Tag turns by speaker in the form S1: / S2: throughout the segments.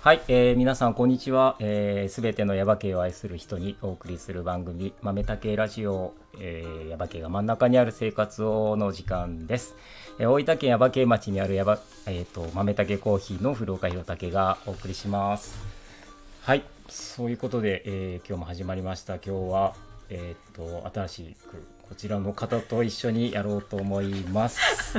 S1: はい、えー、皆さんこんにちは。す、えー、べ、てのヤバ系を愛する人にお送りする番組「豆たけラジオ」えー、ヤバ系が真ん中にある生活をの時間です。えー、大分県ヤバ系町にあるヤバ、えー、と豆たけコーヒーの古岡弘武がお送りします。はい、そういうことで、えー今日も始まりました。今日は、えー、と新しくこちらの方と一緒にやろうと思います。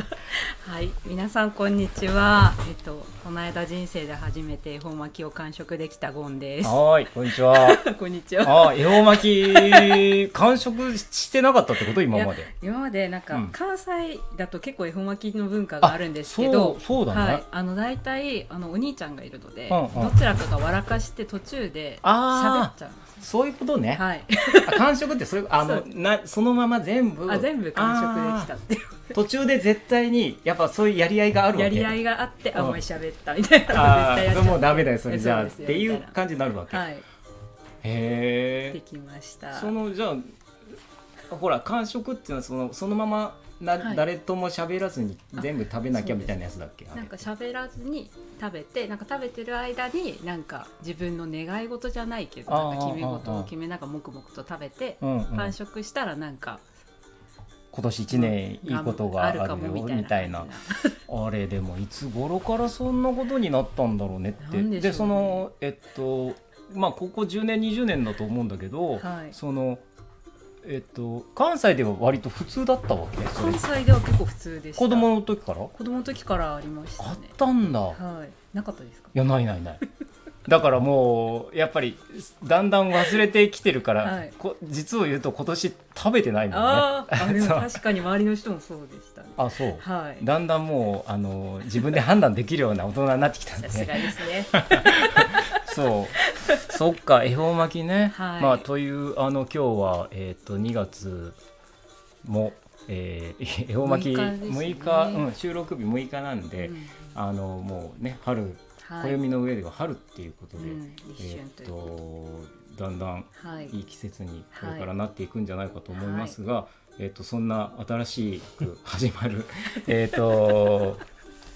S2: はい、皆さんこんにちは。えっとこの間人生で初めて恵方巻きを完食できたゴンです。
S1: はーい、こんにちは。
S2: こんにちは。
S1: ああ、恵方巻き、完食してなかったってこと今ま
S2: いや
S1: で。
S2: 今までなんか、
S1: うん
S2: 関西だと結構恵方巻きの文化があるんですけど
S1: あ、そうそうだね
S2: はい、あの大体あのお兄ちゃんがいるので、
S1: うんうん
S2: どちらかが笑かして途中で喋
S1: あ
S2: っちゃうんですよ。
S1: そういうことね。
S2: はい、
S1: あ完食ってそういう、あの、
S2: そう
S1: な、そのまま全部。
S2: あ全部完食できた
S1: あ
S2: ってい
S1: ー。途中で絶対に、やっぱそういうやり合いがある
S2: う
S1: わ
S2: や
S1: け。
S2: り合いがあって、あ
S1: うん
S2: もう喋ったみたいなの
S1: あ
S2: を絶対やっ
S1: あ、
S2: ちゃ
S1: もうダメだよ、それじゃあ、
S2: え
S1: っ
S2: そうですよ
S1: ていう
S2: みたいな
S1: 感じになるわけ。
S2: う。はい、で
S1: へ
S2: きました。
S1: え。その、じゃあ。ほら、完食っていうのは、その、そのまま。な
S2: はい
S1: 誰とも喋らずに全部食べなきゃ
S2: あ
S1: みたいなやつだっけあれ
S2: なんか喋らずに食べてなんか食べてる間になんか自分の願い事じゃないけど
S1: あー
S2: なんか決め
S1: あー
S2: 事
S1: あー
S2: を決めなんか黙々と食べて
S1: うんうん
S2: 完食したらなんか
S1: 今年一年いいことがある
S2: るか
S1: よ
S2: も
S1: みたいな
S2: 感じ
S1: あれでもいつ頃からそんなことになったんだろうねって
S2: なんでしょうね
S1: そのえっとまあここ10年20年だと思うんだけど、
S2: はい
S1: そのえっと関西では割と普通だったわけそれ
S2: 関西では結構普通でした
S1: 子供の時から
S2: 子供の時からありまし
S1: あ
S2: た
S1: っ
S2: ね
S1: たんだ、い、
S2: はいなかったですか
S1: やないないないだからもうやっぱりだんだん忘れてきてるから、
S2: はい
S1: こ実を言うと今年食べてないもんね
S2: あーあ でも
S1: そう
S2: 確かに周りの人もそうでしたね
S1: あ そう
S2: はい
S1: だんだんもうあの自分で判断できるような大人になってきたんで
S2: さすがです ね
S1: そう。そっか、恵方巻きね。
S2: はい
S1: まあ、という、あの、今日は、えっ、と、2月も、えー、恵 方巻き
S2: 6日ですね
S1: 6日、うん、収録日6日なんで、
S2: うん
S1: あの、もうね、春、
S2: はい
S1: 暦の上では春っていうことで、
S2: うん立
S1: え
S2: 春
S1: っ、、
S2: ということ
S1: だんだん
S2: とはい
S1: いい季節にこれからなっていくんじゃないかと思いますが、えっ、とそんな新しく始まる えっと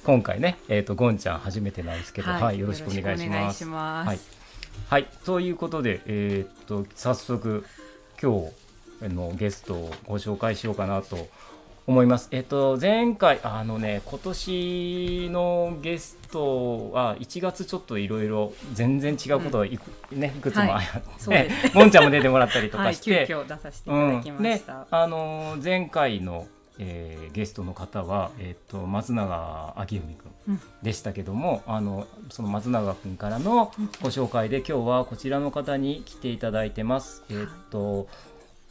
S1: 今回ねえっ、とゴンちゃん初めてなんですけど、はい、よろしくお願いします。
S2: は
S1: はいい、はい、ということでえっ、と早速今日のゲストをご紹介しようかなと思います。えっ、と前回あのね今年のゲストは1月ちょっといろいろ全然違うことがいく、ねいくつもあ
S2: はい
S1: って、
S2: そうです
S1: ゴンちゃんも出てもらったりと
S2: は
S1: か
S2: い
S1: し
S2: 急
S1: て、
S2: 遽出させていただき
S1: うん、
S2: ま
S1: で
S2: した、
S1: あのー前回の、えーゲストの方は、えっと松永明文君
S2: うん
S1: でしたけども、あのその松永君からのご紹介で今日はこちらの方に来ていただいてます。えっと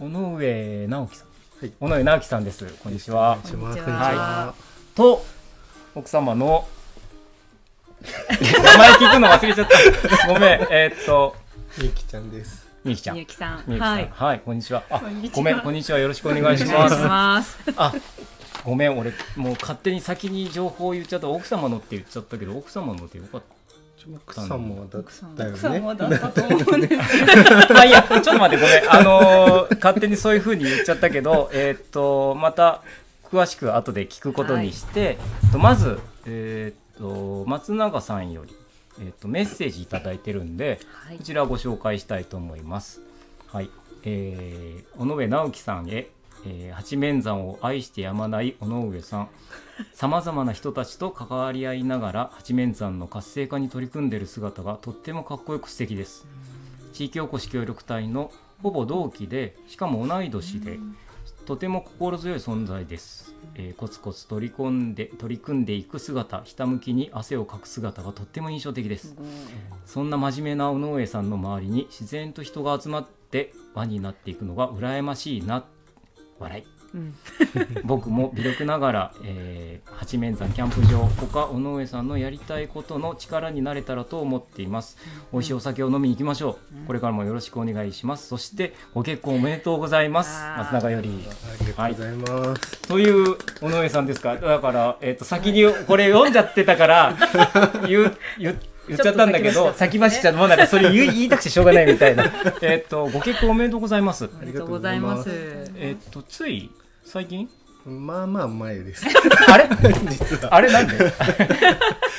S1: 尾上直樹さん、
S3: はい
S1: 尾上直樹さんです。こんにちは。
S2: こんにちは
S3: は
S1: と奥様の 名前聞くの忘れちゃった。ごめん。えっと
S3: い。みきちゃんです。
S1: みゆきちゃん。
S2: みゆきさん。
S1: みゆきさん
S2: はい。
S1: はい、こんにちは。あ
S2: こんにちは
S1: ごめん、こんにちは。よろしくお願いし
S2: お願
S1: ま
S2: い
S1: す
S2: し。ます。
S1: あごめん俺もう勝手に先に情報を言っちゃった奥様のって言っちゃったけど奥様のってよかっ
S3: 奥様だっ
S2: 奥様
S3: たよ
S2: 奥様だっ
S3: ね。
S2: たと思うんです。
S1: た まあいいやちょっと待ってごめんあのー勝手にそういう風に言っちゃったけどえーっとまた詳しく後で聞くことにして、とまずえーっと松永さんより、えーっとメッセージいただいてるんで
S2: はい
S1: こ。ちらをご紹介したいと思います。はい、えー、尾上直樹さんへ、えー、八面山を愛してやまない尾上さん。さまざまな人たちと関わり合いながら八面山の活性化に取り組んでいる姿がとってもかっこよく素敵です。地域おこし協力隊のほぼ同期で、しかも同い年で、とても心強い存在です、えーコツコツ取り込んで取り組んでいく姿ひたむきに汗をかく姿がとっても印象的ですそんな真面目な尾上さんの周りに自然と人が集まって輪になっていくのが羨ましいな 笑い
S2: うん。
S1: 僕も微力ながら、えー八面山キャンプ場他尾上さんのやりたいことの力になれたらと思っています美味しいお酒を飲みに行きましょう、これからもよろしくお願いしますそしてご結婚おめでとうございます
S2: あー
S1: 松永より
S3: ありがとうございます。
S1: という尾上さんですかだから、えっと先にこれ読んじゃってたから言う言う言っちゃったんだけど先
S2: ちょっと先走っちゃ
S1: 走っちゃっ
S2: った
S1: たもうなんかそれ言い言いたくてしょうがないみたいな えっとご結婚おめでとうございます
S2: ありがとうございます。
S1: えっとつい最近
S3: まあまあ前です
S1: あれ
S3: 実は
S1: あれなんで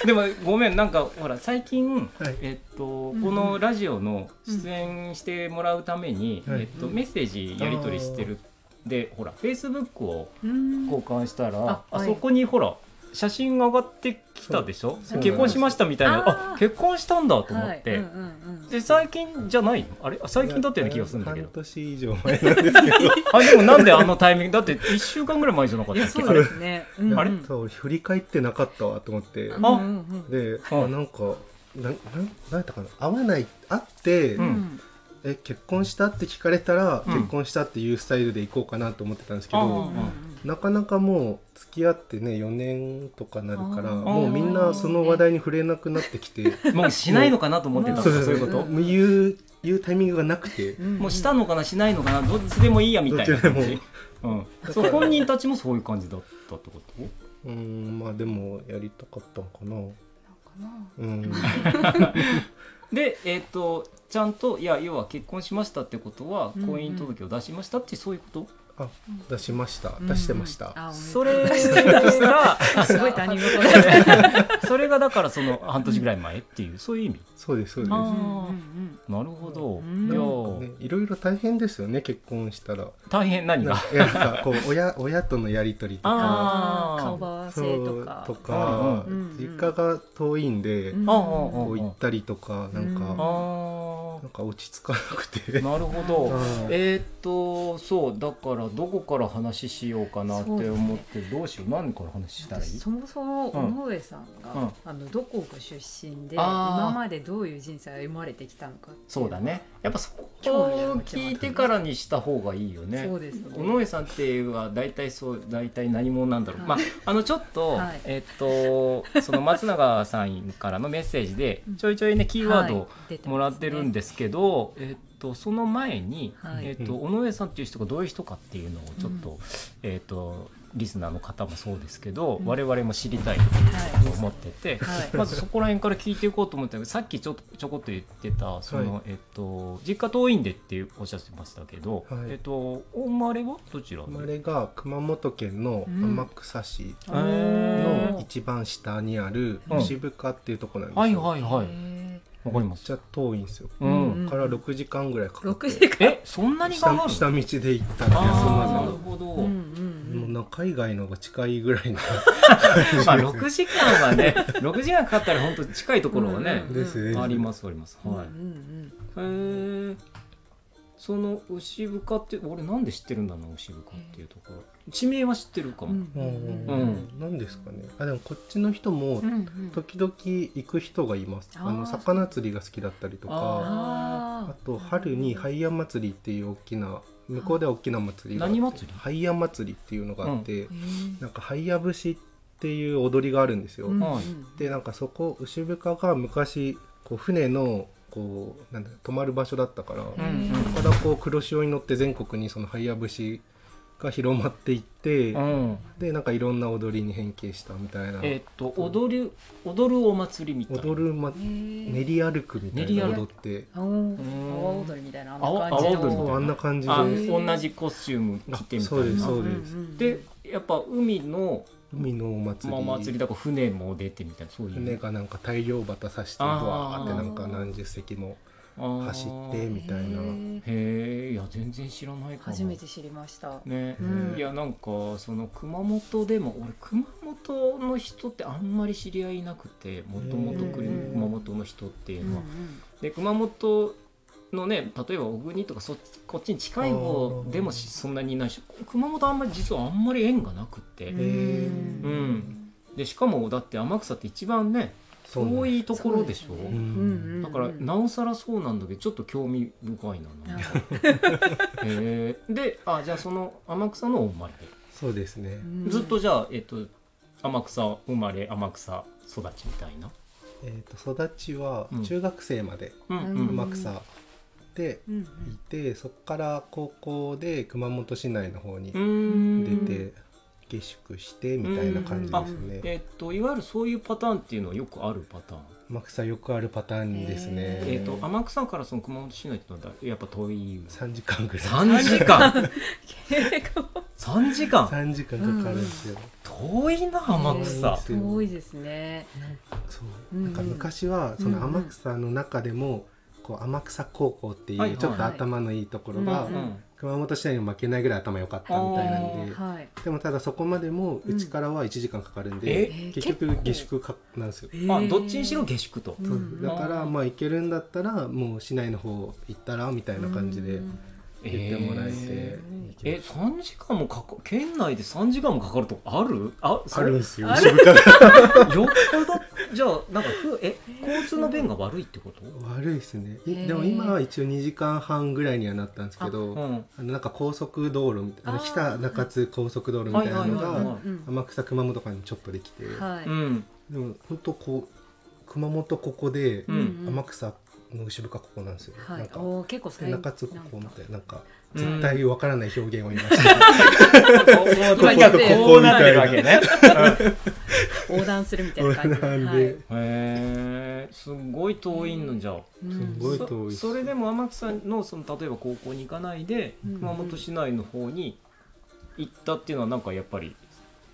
S1: でもごめんなんかほら最近、
S3: はい
S1: えっと、
S2: ん
S1: このラジオの出演してもらうために、
S3: うん
S1: えっと、メッセージやり取りしてるでほらフェイスブックを
S2: うん
S1: 交換したら、
S2: あ
S1: あ
S2: はい
S1: そこにほら写真が上がってきたでしょ
S3: そう
S1: 結婚しましたみたいなあ
S2: あー
S1: 結婚したんだと思って、
S2: はいうんうんうん
S1: で最近じゃないのあれあ最近だったような気がするんだけど
S3: 半年以上前なんですけど
S1: あでもなんであのタイミングだ って1週間ぐらい前じゃなかっ
S2: い
S1: た
S2: や
S1: っけ
S2: そうですね。うんうん
S1: あれ
S3: そう振り返ってなかったわと思って
S2: うんうんうん
S3: で、
S1: うん
S3: あなんかなななんだったかな会わない会って、
S1: う
S2: うんん
S3: え結婚したって聞かれたら、
S1: うん
S3: 結婚したっていうスタイルで行こうかなと思ってたんですけ
S1: あ
S3: ど、
S1: ー
S3: なかなかもう付き合ってね4年とかなるから
S2: あー
S3: もうみんなその話題に触れなくなってき て
S1: もうしないのかなと思ってた
S2: あ
S1: と
S3: そ
S1: か
S3: う
S1: そ
S3: そううそう
S1: いうこと、
S3: もう言う言うタイミングがなくて
S2: うん
S1: もうしたのかなしないのかなどっちでもいいやみたいな感
S3: どっち
S1: じ
S3: でも、
S1: うん、そう本人たちもそういう感じだったってこ
S3: うんまあでもやりたかったのかな
S2: うんうん
S3: うん
S1: とでえっ、とちゃんといや要は結婚しましたってことは
S2: うんうん
S1: 婚姻届を出しましたってそういうこと、
S3: あ出しました
S2: うん
S3: 出してました、
S2: あおめでとう
S1: そ れが
S2: すごい他人事だった。
S1: それがだからその半年ぐらい前っていうそういう意味
S3: そうですそうです
S1: あ
S2: うん
S1: なるほど、
S2: うん
S1: いや
S3: ね
S1: ー
S3: いろいろ大変ですよね結婚したら
S1: 大変何
S3: なん
S1: が
S3: かなんかこう親親とのやり取りとか
S1: あー
S2: 顔合わ
S3: そ
S2: せ
S3: う
S2: とか。
S3: とか、
S2: うんうんうん
S3: 実家が遠いんで、
S2: うん
S1: あああ
S3: こう行ったりとかな
S1: あ
S2: うん
S3: んか、な
S1: ー
S3: んか落ち着かなく て、
S1: なるほど
S3: うん
S1: えーっとそうだからどこから話しようかなって思って、どうしよう何から話したらいい
S2: 私そもそも
S1: うん
S2: 尾上さんが、
S1: うん
S2: あのどこご出身で
S1: あー
S2: 今までどういう人生を歩まれてきたのかってい
S1: そうだねやっぱそこを聞いてからにした方がいいよね
S2: そうですね
S1: 尾上さんっては大体そう大体何者なんだろう、
S2: はい
S1: まああのちょっと、
S2: はい
S1: えーっとその松永さんからのメッセージで
S2: うん
S1: ちょいちょいねキーワードを
S2: はい出ますね
S1: もらってるんですけど、えっとその前に、
S2: はい
S1: えっと尾上さんっていう人がどういう人かっていうのをちょっと、えっとリスナーの方もそうですけど、
S2: うん
S1: 我々も知りたいと思ってて、
S2: はい
S1: まずそこら辺から聞いていこうと思ったけどさっきちょっとちょこっと言ってたその、
S3: はい
S1: えっと実家遠いんでっていうおっしゃってましたけど、
S3: はい
S1: えっとお生まれはどちら
S3: 生まれが熊本県の
S2: うん
S3: 天草市
S1: え
S2: うん
S3: の
S1: ー
S3: 一番下にある
S1: うん
S3: 牛深っていうとこなんです
S1: はい
S3: よ、
S1: はいはい
S2: へ
S1: わかり
S3: め
S1: ま
S3: っ
S1: す
S3: ちゃ遠いんですよ、
S1: う
S2: うんん
S3: から6時間ぐらいか
S2: ー
S3: かっ
S2: 6
S3: て
S2: 時間
S1: えそんなに頑張
S3: 下
S1: る
S3: 下
S1: の
S3: 道で行ったら
S1: あーなる
S3: 休
S1: ほど、
S2: うんうん
S3: まず
S2: う
S3: もうんな海外の方が近いぐらいの
S1: まあ6時間はね 6時間かかったら本当近いところはね
S2: うん
S3: ですね
S1: ありますありますはい
S2: うんうん
S1: へえその牛深って俺なんで知ってるんだろう牛深っていうところ地名は知ってるか
S2: う
S1: も
S2: ん
S3: う
S1: うん
S3: なんですかねあでもこっちの人も
S2: うんうん
S3: 時々行く人がいます、
S2: あー
S3: あの魚釣りが好きだったりとかあ
S2: あー
S3: と春にハヤ祭りっていう大きな向こうでは大きな祭りがあっ
S1: 何祭り
S3: ハイヤ祭りっていうのがあって、
S2: へー
S3: なんかハイヤ節っていう踊りがあるんですよ、
S2: うんうん
S1: はい
S3: でなんかそこ牛深が昔こう船のこうなんだ泊まる場所だったから、
S1: うんうん
S3: そこからこう黒潮に乗って全国にそのハイヤ節が広まっていって、
S1: うん
S3: でなんかいろんな踊りに変形したみたいな、
S1: えーっと踊る踊るお祭りみたいな
S3: 踊る、ま、
S2: へー
S3: 練り歩くみたい
S1: 練
S3: な
S1: り歩
S3: 踊って
S2: あお阿波踊りみたいなあんな
S1: 青
S2: 感じ
S1: 青踊りみたい
S3: そ
S1: な
S3: うあんな感じで
S1: あ
S2: へー
S1: 同じコスチューム着てみたい
S3: あそうです
S1: な
S3: そう
S1: でやっぱ海の、
S3: 海のお祭
S1: まあ、
S3: り,、
S1: 祭りだから船も出てみたいなそういう
S3: 船がなんか大漁旗さして
S1: あー
S3: わーってなんか何十隻も走ってみたいな
S2: へー
S1: へえいや全然知らないかも
S2: 初めて知りました
S1: ね、
S2: うん
S1: いやなんかその熊本でも俺熊本の人ってあんまり知り合いなくてもともと
S2: うん
S1: 熊本の人っていう
S2: うん
S1: のは。で熊本のね例えば小国とかそっちこっちに近い方でもしそんなにいないし熊本あんまり実はあんまり縁がなくて、
S2: うん
S3: へ
S1: う
S3: ー
S1: ん、でしかもだって天草って一番ね
S3: そうなん
S1: 遠いところでしょ
S2: そうですね
S3: う
S2: うんう
S3: ん
S2: んうん
S1: だからなおさらそうなんだけどちょっと興味深いななんかへえであじゃあその天草のお生まれ
S3: そうですね、
S2: うん
S1: ずっとじゃあ、えっと、天草生まれ天草育ちみたいな、
S3: えー、と育ちは
S1: うん
S3: 中学生まで
S1: うんう
S2: うん
S1: ん
S3: 天草で
S2: うん
S3: いて、そこから高校で熊本市内の方に
S1: う
S3: 出
S1: ん
S3: て下宿してみたいな感じですね、
S1: えっといわゆるそういうパターンっていうのはよくあるパターン、
S3: 天草よくあるパターンですね
S2: へ、ー
S1: えっと天草からその熊本市内ってのはだやっぱ遠い
S3: 3時間ぐらい
S1: 3時間
S2: 結構
S1: 3時間
S3: 3時間かかるんですよ、
S1: 遠いな天草、
S3: え
S2: 遠いですね。
S3: そう
S2: うんうん
S3: なんか昔はその天草の中でもこう天草高校ってい
S1: はいは
S3: う
S1: い
S3: ちょっと頭のいいところが
S2: うんうん
S3: 熊本市内に負けないぐらい頭良かったみたいなんで
S2: はい。
S3: でもただそこまでもうちからは1時間かかるんで、
S2: え
S3: 結局下宿かなんですよ、
S1: まあどっちにしろ下宿と、
S2: うん
S3: そうだからまあ行けるんだったらもう市内の方行ったらみたいな感じで言ってもらえて、
S1: え
S3: 行きました
S1: ー、え3時間もかか県内で3時間もかかるとこあるあそ
S3: あ
S1: れ
S3: るんですよ
S2: ある
S3: 渋川が
S1: よっぽど じゃあなんかふえ交通の便が悪いってこと、
S3: 悪いですね
S2: へー
S3: いでも今は一応2時間半ぐらいにはなったんですけど、
S1: うん、
S3: あのなんか高速道路みたいなあ
S2: あ
S3: の
S2: ー
S3: 北中津高速道路みたいなの
S1: はいはいはいは
S3: が
S1: い
S2: うん
S3: 天草熊本間にちょっとできて、
S2: はい。
S1: うん
S3: でも本当こう熊本ここで、
S1: うん
S3: 天草の牛深ここなんですよ、
S2: は
S3: なん
S2: い。
S3: か
S2: おお結構
S3: で
S2: 最
S3: 中津ここみたいななんか
S1: うん
S3: 絶対わからない表現を言いました、
S1: こ うとにかくこうなってるわけね。
S2: 横断するみたいな
S3: 俺
S2: 感じ。
S3: なん
S2: はい
S3: で、
S1: へえ、すごい遠いのじゃあ。
S2: うん
S3: すごい遠い
S1: そそれでも天草のその例えば高校に行かないで
S2: うん
S1: 熊本市内の方に行ったっていうのはなんかやっぱり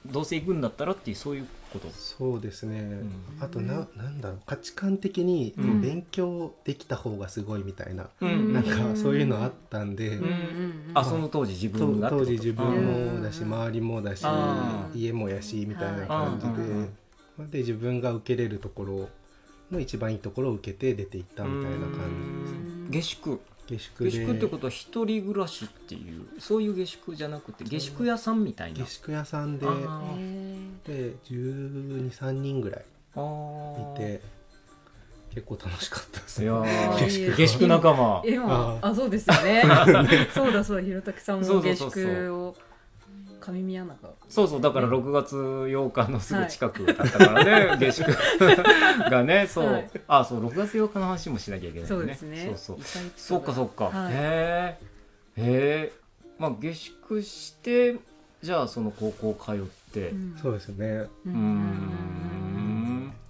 S1: どうせ行くんだったらっていうそういうこと。
S3: そうですね、
S1: ん
S3: あとななんだろう価値観的に
S1: うん
S3: 勉強できた方がすごいみたいな、
S1: うん
S2: うん
S3: なんかそういうのあったんで、
S2: うんうんうん
S1: あその当時自
S3: と
S1: 分がってこ
S3: 当
S1: と
S3: 時自分もだし
S2: うん
S3: 周りもだし
S1: あ
S2: ー
S3: 家もやしみたいな感じ
S1: はい
S3: でまあで自分が受けれるところの一番いいところを受けて出ていったみたいな感
S1: うん下宿
S3: じ下
S1: 下
S3: 宿
S1: 宿ってこ
S3: で
S1: とは一人暮らしっていうそういう下宿じゃなくて下宿屋さんみたいな
S3: 下。宿屋さんで
S1: あ
S2: へえ
S3: で123人ぐらい
S1: あー
S3: いて結構楽しかったです
S1: い
S3: ね
S1: やー
S2: 下宿
S1: 下宿仲間。
S2: 今
S3: あ
S2: あそうですよ ねそうだそうだひろたくさん
S1: そ
S2: も
S1: うそ
S2: 下
S1: うそうそう
S2: 宿を上宮中
S1: そうそうだから6月8日のすぐ近くだったからね、下宿 がねそう、
S2: はい
S1: あそう6月8日の話もしなきゃいけないね
S2: そうですね
S1: そうそう
S2: いっぱい行た
S1: そっかそっか、
S2: はい
S1: へえへえまあ下宿してじゃあその高校通って
S2: う
S1: うん
S3: そうですね
S2: う
S1: ーん
S2: ん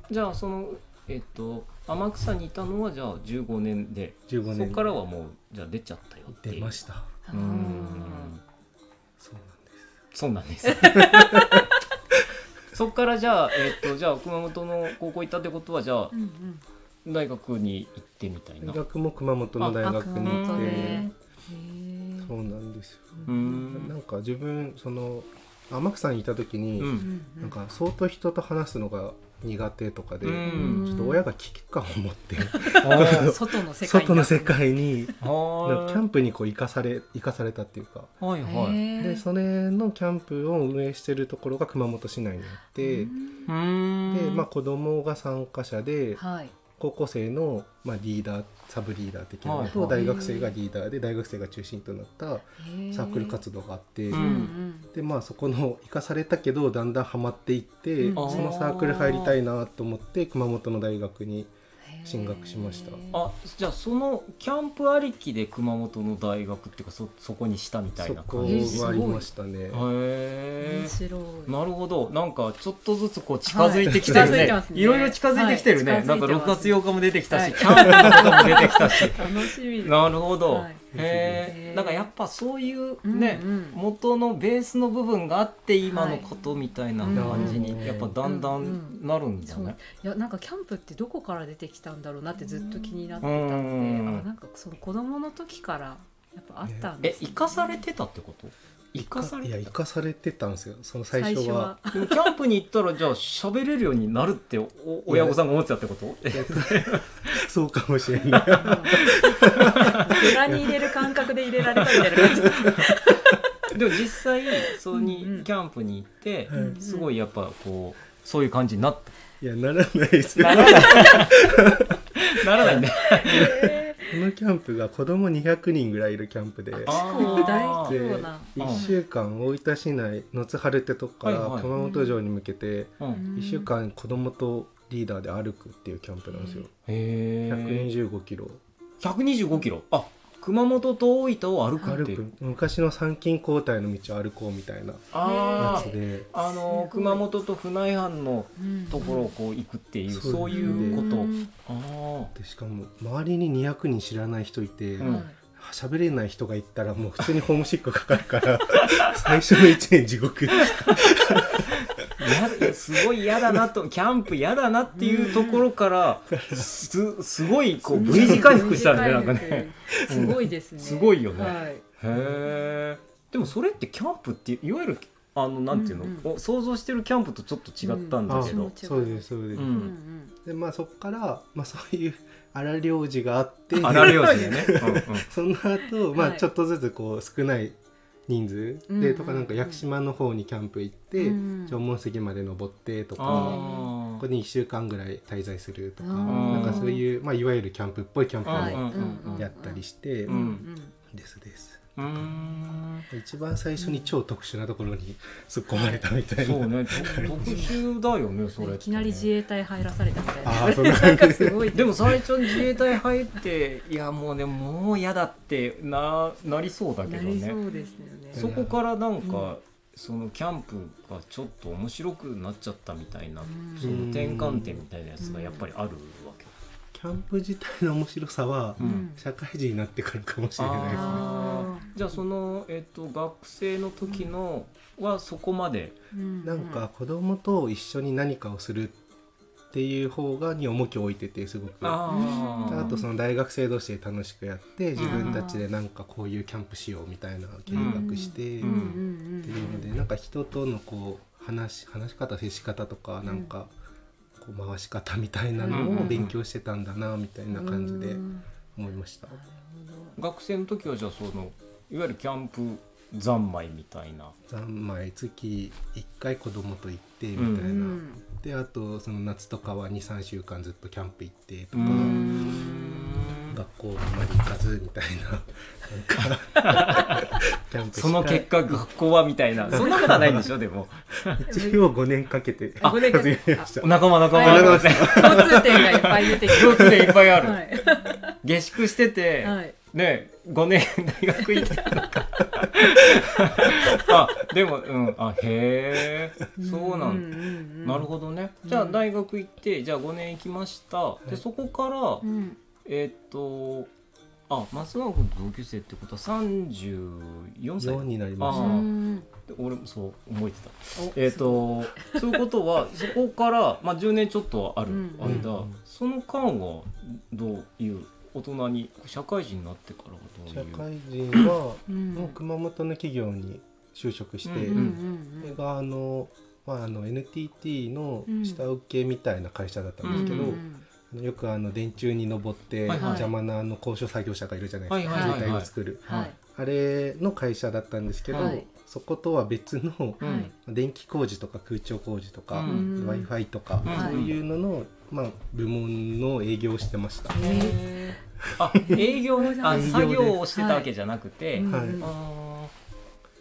S1: じゃあそのえっと天草にいたのはじゃあ15年で
S3: 15
S1: そ
S3: 年
S1: こからはもうじゃあ出ちゃったよっていう
S3: 出ました
S1: うーん
S3: そうなんです
S1: そうなんで す。そっからじゃあ、えっ、と、じゃあ、熊本の高校行ったってことは、じゃあ
S2: う、んうん
S1: 大学に行ってみたいな。
S3: 大学も熊本の大
S2: あ
S3: 学に
S2: 熊
S3: 行
S2: 本
S3: っ
S2: ね
S3: て
S2: へえ
S3: そうなんですよ
S1: うー。
S3: なんんか自分その天草にいた時に、
S1: う。
S2: うんんうん
S3: なんか相当人と話すのが苦手とかで、
S1: うん
S3: ちょっと親が危機感を持って、
S1: あ
S2: 外の世界
S3: 外の世界に
S1: ーは
S3: なんかキ
S1: ー
S3: ャンプにこう生かされ生かされたっていうか、
S1: はいはい。
S3: でそれのキャンプを運営してるところが熊本市内にあって、
S1: うーん。
S3: でまあ、子供が参加者で
S2: はい
S3: 高校生の、まあ、リーダーサブリーダー的なのと、
S1: はいはい
S3: 大学生がリーダーで大学生が中心となったサークル活動があって。
S1: う
S2: 動
S1: ん
S3: でまあそこの生かされたけどだんだんハマっていって、
S2: うん
S3: そのサークル入りたいなと思って熊本の大学に進学しました
S1: あ、じゃあ、そのキャンプありきで熊本の大学っていうか、そ、そこにしたみたい
S3: そ
S1: な
S3: こ
S1: 感じ。へ
S2: えすごい
S3: はありましたね。
S1: え
S2: 面。白い
S1: なるほどなんかちょっとずつこう近づいてきてる
S2: はい近づ
S1: ね,、
S2: い
S1: い
S2: てますね
S1: ろいろ近づいてきてるね、
S2: はい近
S1: な
S2: づい
S1: ん
S2: て
S1: か
S2: ます
S1: 6月8日も出てきたし、
S2: はい
S1: キャンプのことも出てきたし
S2: 楽しみです
S1: なるほど、
S2: はい
S1: へ
S2: へ
S1: え
S2: ー
S1: なんかやっぱそういうね、
S2: うんうん
S1: 元のベースの部分があって今のことみたいな
S2: はい
S1: 感じ
S3: うん
S1: にやっぱだんだんなるんじゃ
S2: そう
S1: ないい、
S2: やなんかキャンプってどこから出てきたんだろうなってずっと気になってた
S1: うんん
S2: であなんかその子供の時からやっぱあったんで
S1: え
S2: すね
S1: 生かされてたってこと生かされ
S3: いや
S1: て
S3: 生
S1: た
S3: かされてたんですよその最初は。
S1: でもキャンプに行ったらじゃあ喋れるようになるっておお親御さんが思ってたってことえ
S3: そうかもしれない
S2: 裏に入れる感覚で入れられたみたいな 感じ
S1: でも実際そう
S2: うんう
S1: に
S2: ん
S1: キャンプに行って、
S3: はい
S1: すごいやっぱこうそういう感じになった
S3: いやならないですよ
S1: ならないならないね
S2: へ
S3: このキャンプが子供200人ぐらいいるキャンプで
S2: ー
S1: あ
S2: もう大規模な
S1: ー
S3: 1週間大分市内野津晴れてとこか
S1: はいは
S3: ら
S1: い
S3: 熊本城に向けて
S1: うん、
S3: 1週間子供とリーダーで歩くっていうキャンプなんですよ
S1: へえ
S3: 125キロ
S1: 125キロあ熊本と大分を歩く
S3: 歩
S1: っていう
S3: く昔の参勤交代の道を歩こうみたいなや
S1: あ
S3: つ
S1: ー
S3: で
S1: あの
S2: すごい
S1: 熊本と船井藩の
S2: うん
S1: ところをこう行くっていう、
S3: うん
S1: そういうこ
S2: う
S1: と
S2: ん
S1: あ
S3: でしかも周りに200人知らない人いて、
S1: うん
S2: はい
S3: 喋れない人が行ったらもう普通にホームシックかかるから 最初の1年地獄でした
S1: やすごい嫌だなと キャンプ嫌だなっていうところからすすごいこう V 字回復したんでなんかね。
S2: すごいですね。
S1: すごいよね
S2: はい
S1: へえでもそれってキャンプっていわゆるあのなんていうの、
S2: うん
S1: お想像してるキャンプとちょっと違ったんだけど、
S2: うん
S3: そうですそうです、
S1: う
S2: うんん
S3: でまあそこから、まあ、そういう荒療治があって
S1: あられよしでね、うんうん
S3: その後、まあ
S2: はい
S3: ちょっとずつこう少ない人数
S2: うんうんう
S3: で
S2: ん
S3: とかなんか屋久島の方にキャンプ行って
S2: うん
S3: 縄文杉まで登ってと
S1: あ
S3: か
S1: ー
S3: ここに1週間ぐらい滞在するとか
S2: あ
S1: ー
S3: なんかそういう、まあ、いわゆるキャンプっぽいキャンプ
S1: はい
S3: も
S1: うんうんうん
S3: やったりして
S2: う
S1: うんん
S3: ですです。
S1: うーん
S3: 一番最初に超特殊なところに 突っ込まれたみたいな。
S1: そう ねと特殊だよねそれってね
S2: いきなり自衛隊入らされたみたいな。
S3: あーそん な
S2: なんかすごい。
S1: でも最初に自衛隊入っていやもうねもう嫌だってななりそうだけ
S2: な
S1: ど
S2: りそ
S1: ね
S2: うですよね。
S1: そこからなんか、そのキャンプがちょっと面白くなっちゃったみたいな、
S2: ん
S1: その転換点みたいなやつがやっぱりあるわけ、
S3: キャンプ自体の面白さは
S1: うん
S3: 社会人になってからかもしれないですね。
S1: あーじゃあその、えっと、学生の時のはそこまで、
S2: うん
S3: なんか子供と一緒に何かをするっていう方がに重きを置いててすごく。
S1: あ
S3: で
S1: ー
S3: あとその大学生同士で楽しくやって
S1: ん
S3: 自分たちでなんかこういうキャンプしようみたいな計画してっ
S1: うん
S2: うんうん
S3: ていうのでなんか人とのこう話し話し方接し方とかなんかこう回し方みたいなのを勉強してたんだなみたいな感じで
S2: うん
S3: 思いました。
S1: 学生の時はじゃあそのいわゆるキャンプ三昧みたいな、
S3: 三枚月1回子供と行ってみ
S2: う
S3: たいな、
S2: ん
S3: であとその夏とかは23週間ずっとキャンプ行ってとか、
S1: うん
S3: 学校あんまり行かずみたいななん かキャンプし
S1: その結果学校はみたいなそんなことはないんでしょでも
S3: 一応5年かけて
S2: あ五年かけて
S3: 卒業しました
S1: お仲間仲
S2: は
S1: 間
S2: い
S1: 仲間
S2: 共通点がいっぱい出てきて
S1: 共通点いっぱいある、
S2: はい
S1: 下宿してて、
S2: はい
S1: ね5年大学行ってたの かあでもうんあへえそうなんだ、
S2: ん
S1: なるほどね。じゃあ大学行って、じゃあ5年行きました。でそこから、
S2: どうん
S1: えーっとあ松永君と同級生ってことは34歳
S3: 4になりまし
S1: あ
S3: た
S1: ー
S2: うん
S1: 俺もそう思えてた
S2: お。
S1: えーっとそういうことはそこから、まあ、10年ちょっとある
S2: うん
S1: 間、
S3: うん
S1: その間はどういう大人に社会人になってからはどう
S3: 社
S1: いう
S3: 会人は
S2: うん
S3: もう熊本の企業に就職して、
S1: う
S2: うんうん
S3: こ
S2: う
S3: れ
S2: ん
S3: があの、まあ、あの NTT の下請けみたいな会社だったんですけど、
S1: うん
S3: あのよくあの電柱に登って
S1: はいはい
S3: 邪魔なあの高所作業者がいるじゃないです
S1: はい
S3: か
S2: はいは
S3: 渋
S2: いはい
S3: 滞を作る
S2: はい
S3: あれの会社だったんですけど、
S2: はい
S3: そことは別の
S1: う
S2: は
S1: ん
S2: い
S3: 電気工事とか空調工事とか、
S1: うん
S3: w i f i とか、
S1: うん
S3: そういうのの、まあ、部門の営業をしてました。
S1: へーあ営 業あ
S3: 営業です
S1: 作業をしてたわけじゃなくて、
S2: うん
S3: はい
S1: あーう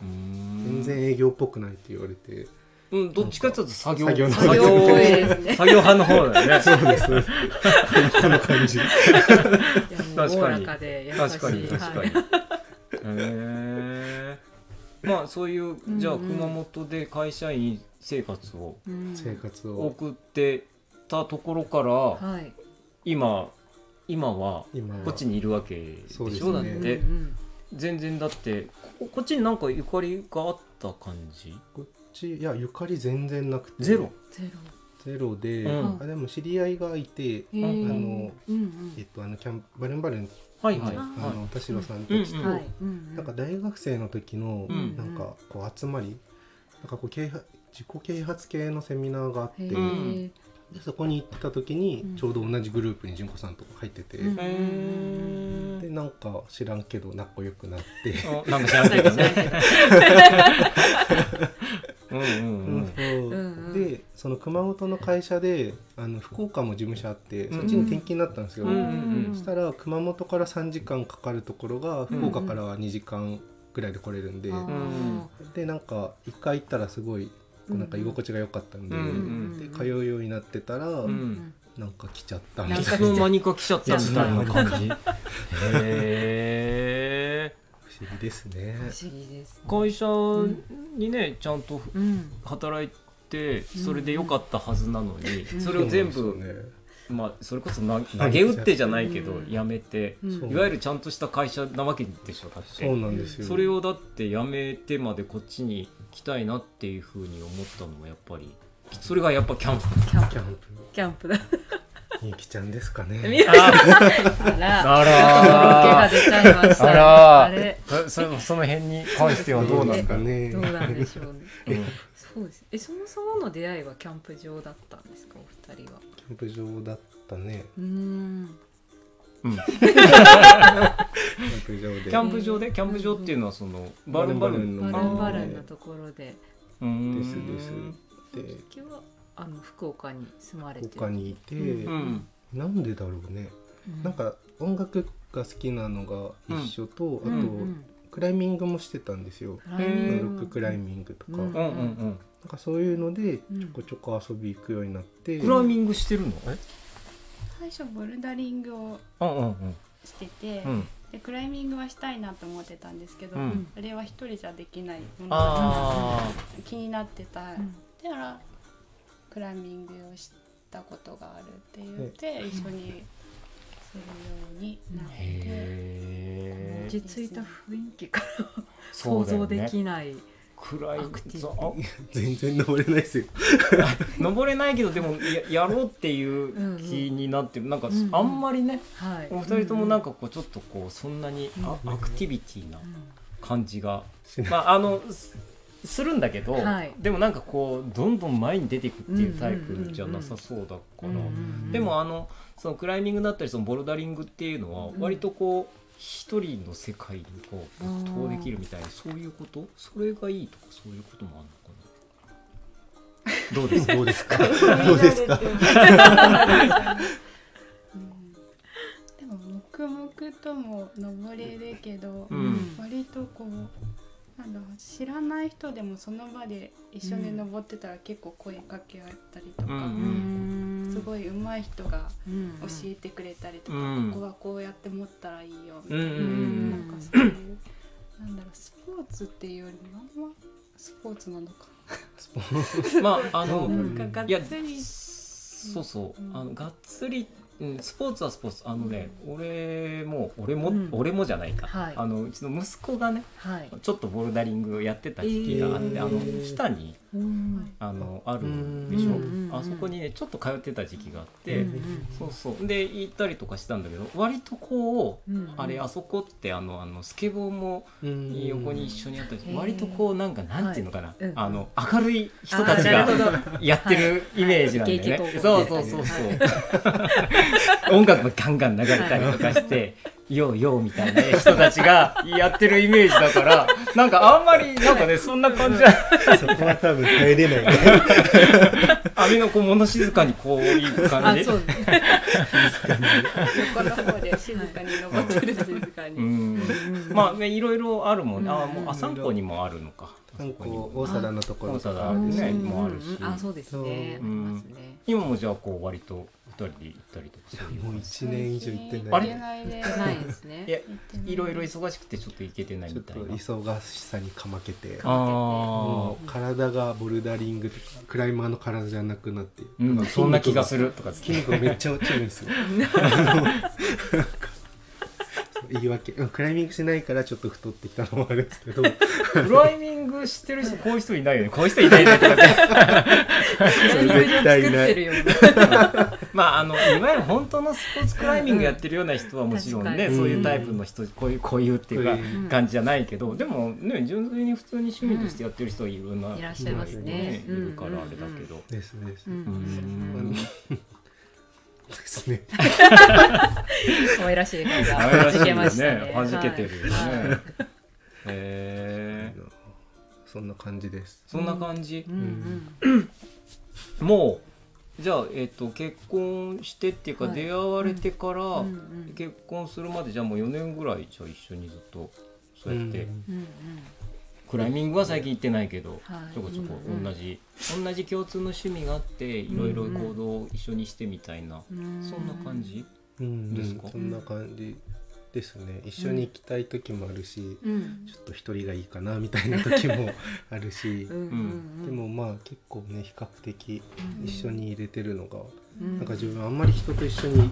S1: ー
S3: 全
S1: ん
S3: 然営業っぽくないって言われて、
S1: うん、どっちかっていうと作業
S3: 作業の
S1: 作業
S2: 作業多いですね
S1: 作業派の方だよね。
S3: そうですそうですこの感じ
S2: いやも
S1: 確
S2: う
S1: かに
S2: おおらかで優しい
S1: 確かに確かに。へ
S2: はい
S1: えまあそういうじゃあ
S2: うんうん
S1: 熊本で会社員生活を
S2: うん
S3: 生活を
S1: 送ってたところから
S2: はい
S1: 今今は
S3: 今は
S1: こっちにいるわけでし
S3: そうです
S1: ょ
S3: ね
S1: だっ
S2: う
S3: で
S1: て
S2: んうん
S1: 全然だってここっちになんかゆかりがあった感じ
S3: こっちいやゆかり全然なくて
S1: ゼロ
S2: ゼ
S3: ゼロで、
S1: うん
S3: あでも知り合いがいて、
S2: ロへー
S1: あ
S3: の
S2: うん
S3: えっと、あのキャンプバルンバルン
S1: はいはい
S3: あ
S1: は
S3: の田代さんたちと、
S1: う
S2: うんんはいうん
S3: なんか大学生の時の、
S1: うん
S3: なんかこう集まりなんかこう啓発自己啓発系のセミナーがあって、
S2: へ
S1: う
S2: ー
S1: ん
S3: でそこに行ってた時に、
S2: うん
S3: ちょうど同じグループに純子さんとか入ってて、
S2: うん
S1: い。へ
S3: で
S1: え。
S3: なんか知らんけど仲良くなって。
S1: おなんか知らんけどね。 うんうんうん。
S3: そう
S2: うんうん
S3: でその熊本の会社であの福岡も事務所あってそっちに転勤になったんですよ、
S1: うんうん
S3: そしたら熊本から3時間かかるところ
S1: う
S3: が
S1: ん
S3: 福岡からは2時間ぐらいで来れるんで、
S2: あ
S3: でなんか1回行ったらすごいこうなんか居心地が良かったんで,、
S1: うん
S2: うん
S3: で通うようになってたら、
S1: う
S2: ーうんん
S3: なんか来ちゃったみ
S1: い
S3: たい
S2: な
S1: つ
S2: ん
S3: な
S2: か
S3: 不
S1: の間にか来ちゃったみたいな感じ。へえ。
S3: 思議ですね。
S2: 不思議ですね
S1: 会社にねちゃんと
S2: うん
S1: 働いてそれで良かったはずなのに、
S2: うん
S1: それを全
S3: そう
S1: 部
S3: ね
S1: まあ、それこそな投げ打ってじゃないけど
S2: うん
S1: 辞めて、
S2: うん
S3: そう
S1: いわゆるちゃんとした会社なわけでしょだって
S3: そうなんですよ
S1: それをだってやめてまでこっちに来たいなっていうふうに思ったのはやっぱりそれがやっぱキャンプ
S2: キャン
S3: キ
S2: プ
S3: ャンプ
S2: キャンプだ
S3: みゆきちゃんですか
S2: みゆ
S3: ね
S2: きから
S1: ら
S2: ちょっとボケが出ちゃいましたあれ
S1: そその辺に関して
S2: はどうなんです
S3: かね
S2: どうなんでしょうねそうですえそもそもの出会いはキャンプ場だったんですかお二人は
S3: キャンプ場だったね
S2: うーん
S3: キャンプ場で
S1: キャンプ場でキャンプ場っていうのはそのバルンバルン
S2: バ
S1: の
S2: ルンバルン
S3: だ
S2: のところで
S1: うん
S3: ですですで
S2: 今日はあの福岡に住まれてる
S3: 他にいて、
S2: う
S1: うん
S3: なんでだろうね
S2: うん
S3: なんか音楽が好きなのが一緒と、
S2: うん
S3: あと、
S2: うん
S3: クライミングもしてたんですよ、
S2: クライミン
S1: うん
S3: ロ
S2: グ
S3: ッククライミングとか、
S2: う
S1: うん
S2: ん
S1: うんうん
S3: なんかそういうので
S2: うん
S3: ちょこちょこ遊び行くようになって、
S1: クライミングしてるのえ
S4: 最初ボルダリングを
S1: うんうん
S4: してて、
S1: うんうん
S4: でクライミングはしたいなと思ってたんですけど、
S1: うん
S4: あれは一人じゃできないものだ
S1: ああ
S4: と気になってた、
S2: うん
S4: だからクライミングをしたことがあるって言って、一緒にするようになっ
S1: へ
S2: 落
S1: え
S2: ち着いた雰囲気から
S1: そ
S2: 想
S1: うだよ
S2: 像
S1: ね
S2: できない
S1: クライ
S2: アクティブ
S1: そう
S3: 全然登れないで すよ
S1: あ登れないけどでもや やろうっていう気になってるなんか
S2: うんうん
S1: あんまりね
S2: はい
S1: お二人ともなんかこうちょっとこうそんなにあアクティビティな感じが
S3: しない
S1: まああのすするんだけど、
S2: はい
S1: でもなんかこうどんどん前に出ていくっていうタイプじゃなさそうだから、でもあのそのクライミングだったりそのボルダリングっていうのは
S2: うん
S1: 割とこう一人の世界にこう没頭できるみたいなそういうことそれがいいとかそういうこともあるのかなどうですか
S3: どうですかどうですか
S4: うんでも黙々とも登れるけど、
S1: うん
S4: 割とこうなんだろう知らない人でもその場で一緒に登ってたら結構声かけ合ったりとか、
S1: うん
S4: すごい上手い人が教え
S2: え
S4: てくれたりと か、
S1: うん
S4: ここはこうやって持ったらいいよみたいな,、
S1: うんうん
S4: なんかそういうなんだろうスポーツっていうよりもあんまスポーツなのか
S3: スポーツ
S1: まああの、
S3: うん
S4: なんか
S1: い
S4: が
S1: や
S4: っつり
S1: そうそう、
S4: うん
S1: あのがっつり、うん、スポーツはスポーツあのね、俺も俺も、
S2: うん
S1: 俺もじゃないか、
S2: はい
S1: あのうちの息子がね
S2: はい
S1: ちょっとボルダリングをやってた時期があって、
S2: えー
S1: あの北に
S2: うん
S1: あのあるんでしょ、
S2: うんうんうん
S1: あそこにねちょっと通ってた時期があって、
S2: うんうん
S1: そうそうで行ったりとかしたんだけど割とこう、
S2: うん
S1: あれあそこってあのあのスケボーも横に一緒にあったし、
S2: うん
S1: 割とこうなんかなんていうのかな、
S2: うん
S1: あの明るい人たち
S2: あ
S1: が
S2: ーなるほど
S1: やってるイメージなんでね、
S2: はいはい
S1: そうそうそうそう音楽がガンガン流れたりとかして「ようよう」みたいな人たちがやってるイメージだからなんかあんまりなんかねそんな感じじゃ
S3: そこは多分入れないね
S1: 網のこう物静かにこういい感
S2: あ
S1: じ
S2: そうです
S4: 横の方で静かに登ってる静か
S1: う
S4: に。
S1: んまあねいろいろあるもんねあも
S2: うん
S1: うあ散歩にもあるのか
S3: なんか
S1: あそこにも
S3: こう大貞のところと
S1: あ
S3: か
S1: 大
S3: です
S1: 貞
S3: ね
S1: ねもあるし
S2: うんあそうですねあ
S3: そう
S2: りますね
S1: 今もじゃあこう割と二人で行ったりとかそういう
S3: もう1年以上行って
S1: あ
S3: な
S1: れ
S4: 行けないで
S2: ないですね
S1: いや
S4: 行ってない
S1: いろいろ忙しくてちょっと行けてないい
S3: ちょ
S1: み
S3: っと
S1: たいな
S3: 忙しさにかまけて
S1: ああ
S3: もう体がボルダリングとかクライマーの体じゃなくなって、
S1: うん、そんな気がするとかつって
S3: 筋肉がめっちゃ落ちるん ですよ言い訳うんクライミングしないからちょっと太ってきたのもあるんですけど
S1: クライミングしてる人こういう人いないよねこういう人いないねとかね
S2: 何よりも作ってるような
S1: まああのいわゆる本当のスポーツクライミングやってるような人はもちろん
S2: う
S1: ね、
S2: ん確かに
S1: そういうタイプの人こういうこういうっていう
S3: う
S1: か
S3: ん
S1: 感じじゃないけどでもね純粋に普通に趣味としてやってる人はいろんな、
S2: いらっしゃいますね
S1: いるからあれだけど。
S3: ですです、
S2: うん
S1: うん
S3: あの ですね
S2: 可愛らしい声が
S1: 可愛らしいよ
S2: 弾
S1: ね
S2: けましたね
S1: 弾けてるよね
S2: はいはい
S1: へえ
S3: そんな感じです
S1: そんな感じ
S2: う、ん
S1: もうじゃあ、えっと結婚してっていうか、
S2: はい
S1: 出会われてから、
S2: うんうんうん
S1: 結婚するまでじゃあもう4年ぐらいじゃあ一緒にずっとそうやって、
S3: うん
S2: うんうん
S1: クライミングは最近行ってないけど、
S2: はい
S1: ちょこちょこ
S2: うんうん
S1: 同じ、同じ共通の趣味があっていろいろ
S2: うんうん
S1: 行動を一緒にしてみたいな、
S2: うん
S1: そんな感じ、
S3: うんうん
S1: ですか
S3: そんな感じですね一緒に行きたい時もあるし、
S2: うん
S3: ちょっと一人がいいかなみたいな 時もあるし、
S2: うんうんうん
S3: でもまあ結構ね比較的一緒に入れてるのが
S2: うん
S3: なんか自分あんまり人と一緒に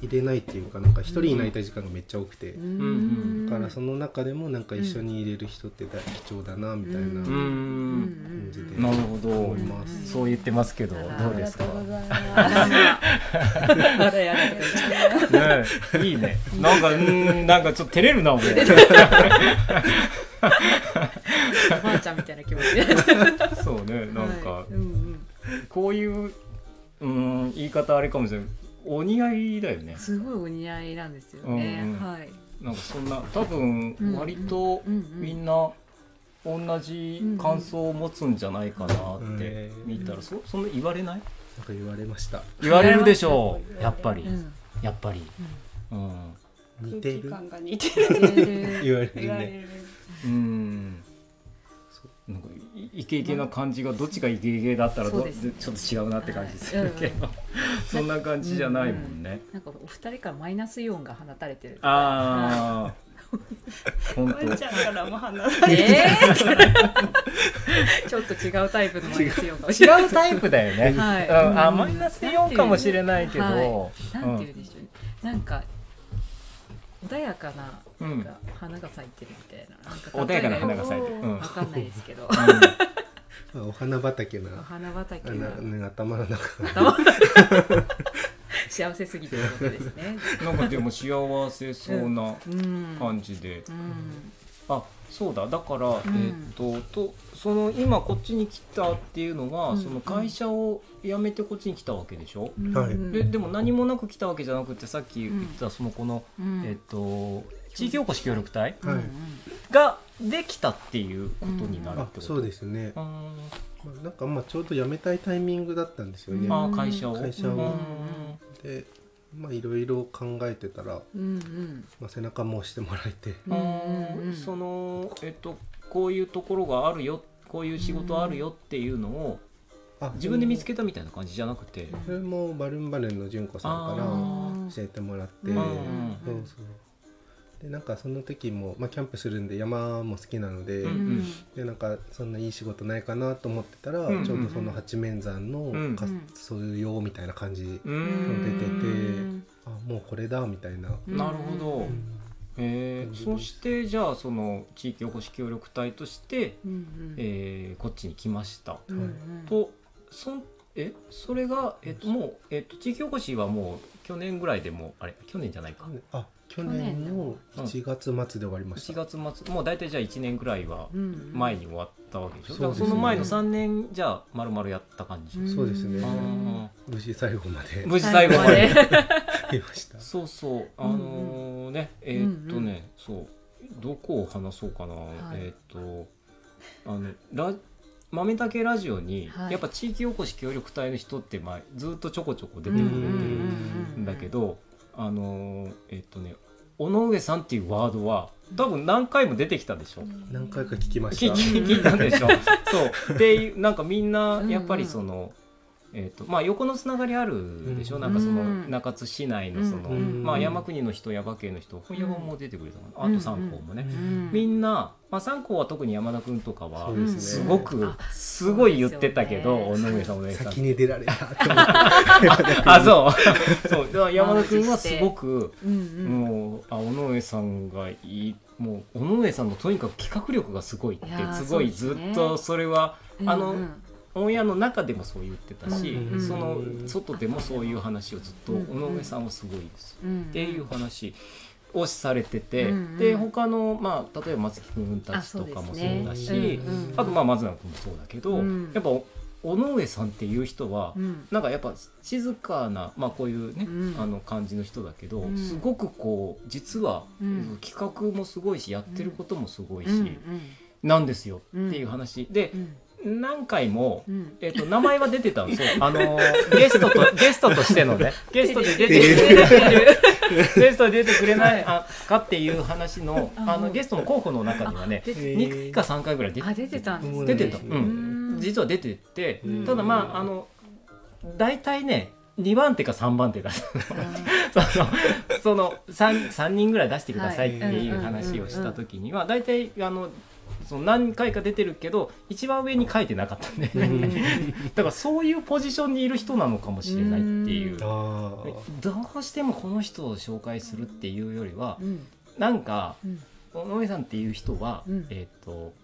S3: いれないっていうかなんか一人になりたい時間がめっちゃ多くて、
S1: ん
S3: だからその中でもなんか一緒にいれる人って大貴重だなみたいな
S1: うー
S3: 感
S1: ん
S3: じで
S1: なるほど
S3: 思います。
S1: そう言ってますけどどう
S4: あり
S1: で
S4: が
S1: す
S4: と
S1: か
S4: うございます。
S2: まだやる
S1: ねえいい ねなんかうーんなんかちょっと照れるな俺
S2: おばあちゃんみたいな気持ちで
S1: そうねなんか
S2: はいうん
S1: こういううーん言い方あれかもしれないお似合いだよね
S2: うん、すごいお似合いなんですよね、
S1: うんうん
S2: はい、
S1: なんかそんな多分
S2: うん
S1: 割と
S2: うんうん
S1: みんな同じ感想を持つんじゃないかな
S3: うんう
S1: っ
S3: ん
S1: て見たらそそんな言われない
S3: なんか言われました
S1: 言われるでしょ
S4: 言われま
S1: う
S4: す
S1: やっぱり
S2: うん、
S1: やっぱりうん
S3: 似て
S4: 空気
S3: る
S4: 感が似てる。
S3: 言われる
S4: 言われ
S3: ね
S4: る。
S1: うんなんかイイケイケな感じがどっちがイケイケだったらど
S2: そうですね
S1: ちょっと違うなって感じするけど、 そんな感じじゃないもんね、
S2: なんかお二人からマイナスイオンが放たれてる
S1: あ あ本
S4: まえち
S1: 当
S4: ゃんからも離れ
S2: えーちょっと違うタイプのマイナスイオンが違
S1: 違うタイプだよね、
S2: はい
S1: うんあ
S2: うん
S1: マイナス4かもしれないけど、
S2: はなんて
S1: う
S2: 言うんでしょうね、なんか穏やかな
S1: うん
S2: なんか花が咲いてるみたいな,、なんか
S1: 穏やかな花が咲いてる、うん
S4: 例えば
S2: わかんないですけど
S3: お花畑
S2: お
S3: な
S2: 花
S3: あ
S2: 畑
S3: な
S2: が
S3: ね頭の中が
S2: 頭幸せすぎてることですね
S1: なんかでも幸せそうな
S2: うん、
S1: 感じで、
S2: うん
S1: あそうだだから、
S2: ん
S1: えーっととその今こっちに来たっていうのは、
S2: うん
S1: その会社を辞めてこっちに来たわけでしょ、
S2: うん
S3: はい
S1: ででも何もなく来たわけじゃなくてさっき言ったそのこの、
S2: うん
S1: えっと地域おこし協力隊
S2: うんうん
S3: はい
S1: ができたっていうことになるって
S3: あ
S1: こと、
S3: そうですね
S1: う、ーん
S3: まあ、なんかまあちょうど辞めたいタイミングだったんですよね、
S1: あー会社を
S3: 会社を
S1: うーん
S3: でまあいろいろ考えてたら、
S2: うんうん
S3: まあ、背中も押してもらえて
S2: うんうんうん
S1: あーそのえっとこういうところがあるよこういう仕事あるよっていうのを
S3: あ
S1: 自分で見つけたみたいな感じじゃなくて、
S3: それもバルンバレンの純子さん
S1: あ
S3: か
S2: ー
S3: ら教えてもらって、
S2: うん
S3: そうそうでなんかその時も、まあ、キャンプするんで山も好きなので、
S1: う
S2: うんん
S3: でなんかそんないい仕事ないかなと思ってたら、
S1: うん
S3: ちょうどその八面山
S1: うん
S3: の活用みたいな感じ、
S1: うー
S3: 出
S1: ん
S3: てて
S2: うん
S3: あもうこれだみたいな、
S2: うん
S1: なるほど、
S3: うん
S1: えーそしてじゃあその地域おこし協力隊として、
S2: うんうん
S1: えーこっちに来ました、
S2: うんうん
S1: とそんえそれが、えっと、もう、えっと、地域おこしはもう去年ぐらいでもうあれ去年じゃないか
S3: あ去年の1月末で終わりまし
S1: 7
S3: た、
S1: 月末もう大体じゃあ1年ぐらいは
S2: うん
S1: 前に終わったわけでしょ、
S3: そう
S1: だ
S3: です
S1: からその前の3年じゃあ丸々やった感じ、
S2: ん
S3: そうですね
S1: あー
S3: 無事最後まで
S1: 無事最後まで
S3: いました
S1: そうそうあのーねえーっとね、そうどこを話そうかな、
S2: い
S1: えーっとあのラ豆だけラジオに、
S2: はい
S1: やっぱ地域おこし協力隊の人って、まあ、ずっとちょこちょこ出
S2: う
S1: て
S2: ん
S1: く
S2: う
S1: れ
S2: ん
S1: てる
S2: うんうん
S1: んだけど、あのーえーっとね尾上さんっていうワードは多分何回も出てきたでしょ、
S3: 何回か聞きまし
S1: 聞
S3: た
S1: 聞聞いたんで しょそうでいうなんかみんなやっぱりその、えーとまあ、横のつながりあるでしょ、
S3: うん
S1: なんかその
S2: うん
S1: 中津市内のその、
S3: うん
S1: まあ、山国の人耶馬渓の人本山も出てくれたかな、
S2: うん
S1: あと三校もね、
S2: うん
S1: みんな、まあ、三校は特に山田君とかは
S3: そうですね
S1: すごく、
S2: あ
S1: すごい言ってたけど、
S2: そう
S1: 尾
S2: ですよ
S1: 上さん尾
S2: ね
S1: 上さん
S3: 先に出られたと思って
S1: あそう そうだから山田君はすごく。
S2: うんうん
S1: もうあ尾上さんがいいもう尾上さんのとにかく企画力がすごいって
S2: いやー
S1: すごいず
S2: そうですね
S1: っとそれは、あの、
S2: うんうん
S1: オンエアの中でもそう言ってたし、
S2: うん
S1: その外でもそういう話をずっと
S2: うん
S1: 尾上さんはすごいです、
S2: うんうん
S1: っていう話をされてて、
S2: うんうん
S1: で他のまあ例えば松木君た
S2: あ
S1: ち
S2: そ
S1: と
S2: うで
S1: か
S2: す
S1: もそ
S2: ね
S1: うだしあ,、
S2: うんうん
S1: とまあ松永君もそうだけど、
S2: うん
S1: やっぱ尾上さんっていう人は、
S2: うん
S1: なんかやっぱ静かな、まあ、こういうね、
S2: うん
S1: あの感じの人だけど、
S2: うん
S1: すごくこう実は、
S2: うん
S1: 企画もすごいしやってることもすごいし、
S2: うん
S1: なんですよっていう話で
S2: う、ん
S1: 何回も、
S2: うん
S1: えっと名前は出てたんですよあのゲスト とゲストとしてのねゲストで出てくれゲストで出てくれないあかっていう話のあのゲストの候補の中にはね
S2: 出て
S3: へー
S1: 2回か3回ぐらい出て
S2: あ出てたんですね
S1: 出てた、う、
S3: うん
S2: うん
S1: 実は出てって、
S2: うん
S1: ただまああの大体ね2番手か3番手だったのそのその 3, 三人ぐらい出してくださいっていう話をした時には大体あのその何回か出てるけど一番上に書いてなかったんで だからそういうポジションにいる人なのかもしれないっていうど
S3: あ
S1: うしてもこの人を紹介するっていうよりは
S2: うん
S1: なんか
S2: うん
S1: 尾上さんっていう人は、
S2: うん
S1: えっ、と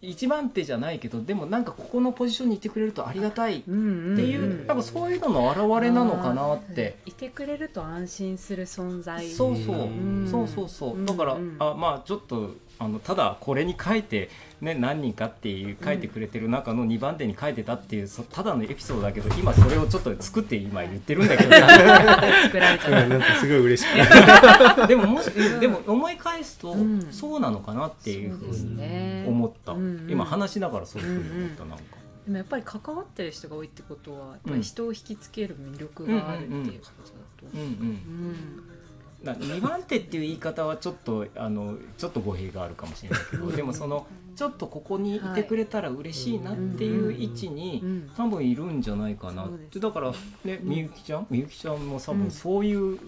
S1: 一番手じゃないけどでもなんかここのポジションにいてくれるとありがたいっ
S2: う
S1: て
S2: んうん
S1: いう、
S3: うん
S1: なんかそういうのの表れなのかなって。
S2: いてくれると安心する存在
S1: そうそう、
S3: うん
S1: そうそうそう
S2: うん
S1: だから、
S2: うん
S1: あまあちょっとあのただこれに書いて、ね、何人かっていう書いてくれてる中の2番手に書いてたっていうそただのエピソードだけど今それをちょっと作って今言ってるんだけ
S2: 作られち
S3: あ
S2: ゃ
S3: なん
S2: う。
S3: かすごい嬉し く
S1: どでももしでも思い返すと、
S2: うん
S1: そうなのかなっていう
S2: そう
S1: ふ
S2: で
S1: う
S2: す
S1: に
S2: ね
S1: 思った、
S2: うんうん
S1: 今話しながらそういうふうに思った、なんか。
S2: でもやっぱり関わってる人が多いってことは、やっぱ
S1: うん
S2: り人を引きつける魅力があるっていうことだ
S1: う
S2: と。
S1: んう、
S2: うんん
S1: な2番手っていう言い方はちょっとあのちょっと語弊があるかもしれないけどでもそのちょっとここにいてくれたら嬉しいなっていう位置に
S2: うん
S1: 多分いるんじゃないかなっ
S2: そうで
S1: て
S2: す
S1: だからねみゆきちゃんみゆきちゃんも多
S2: うん
S1: 分そういう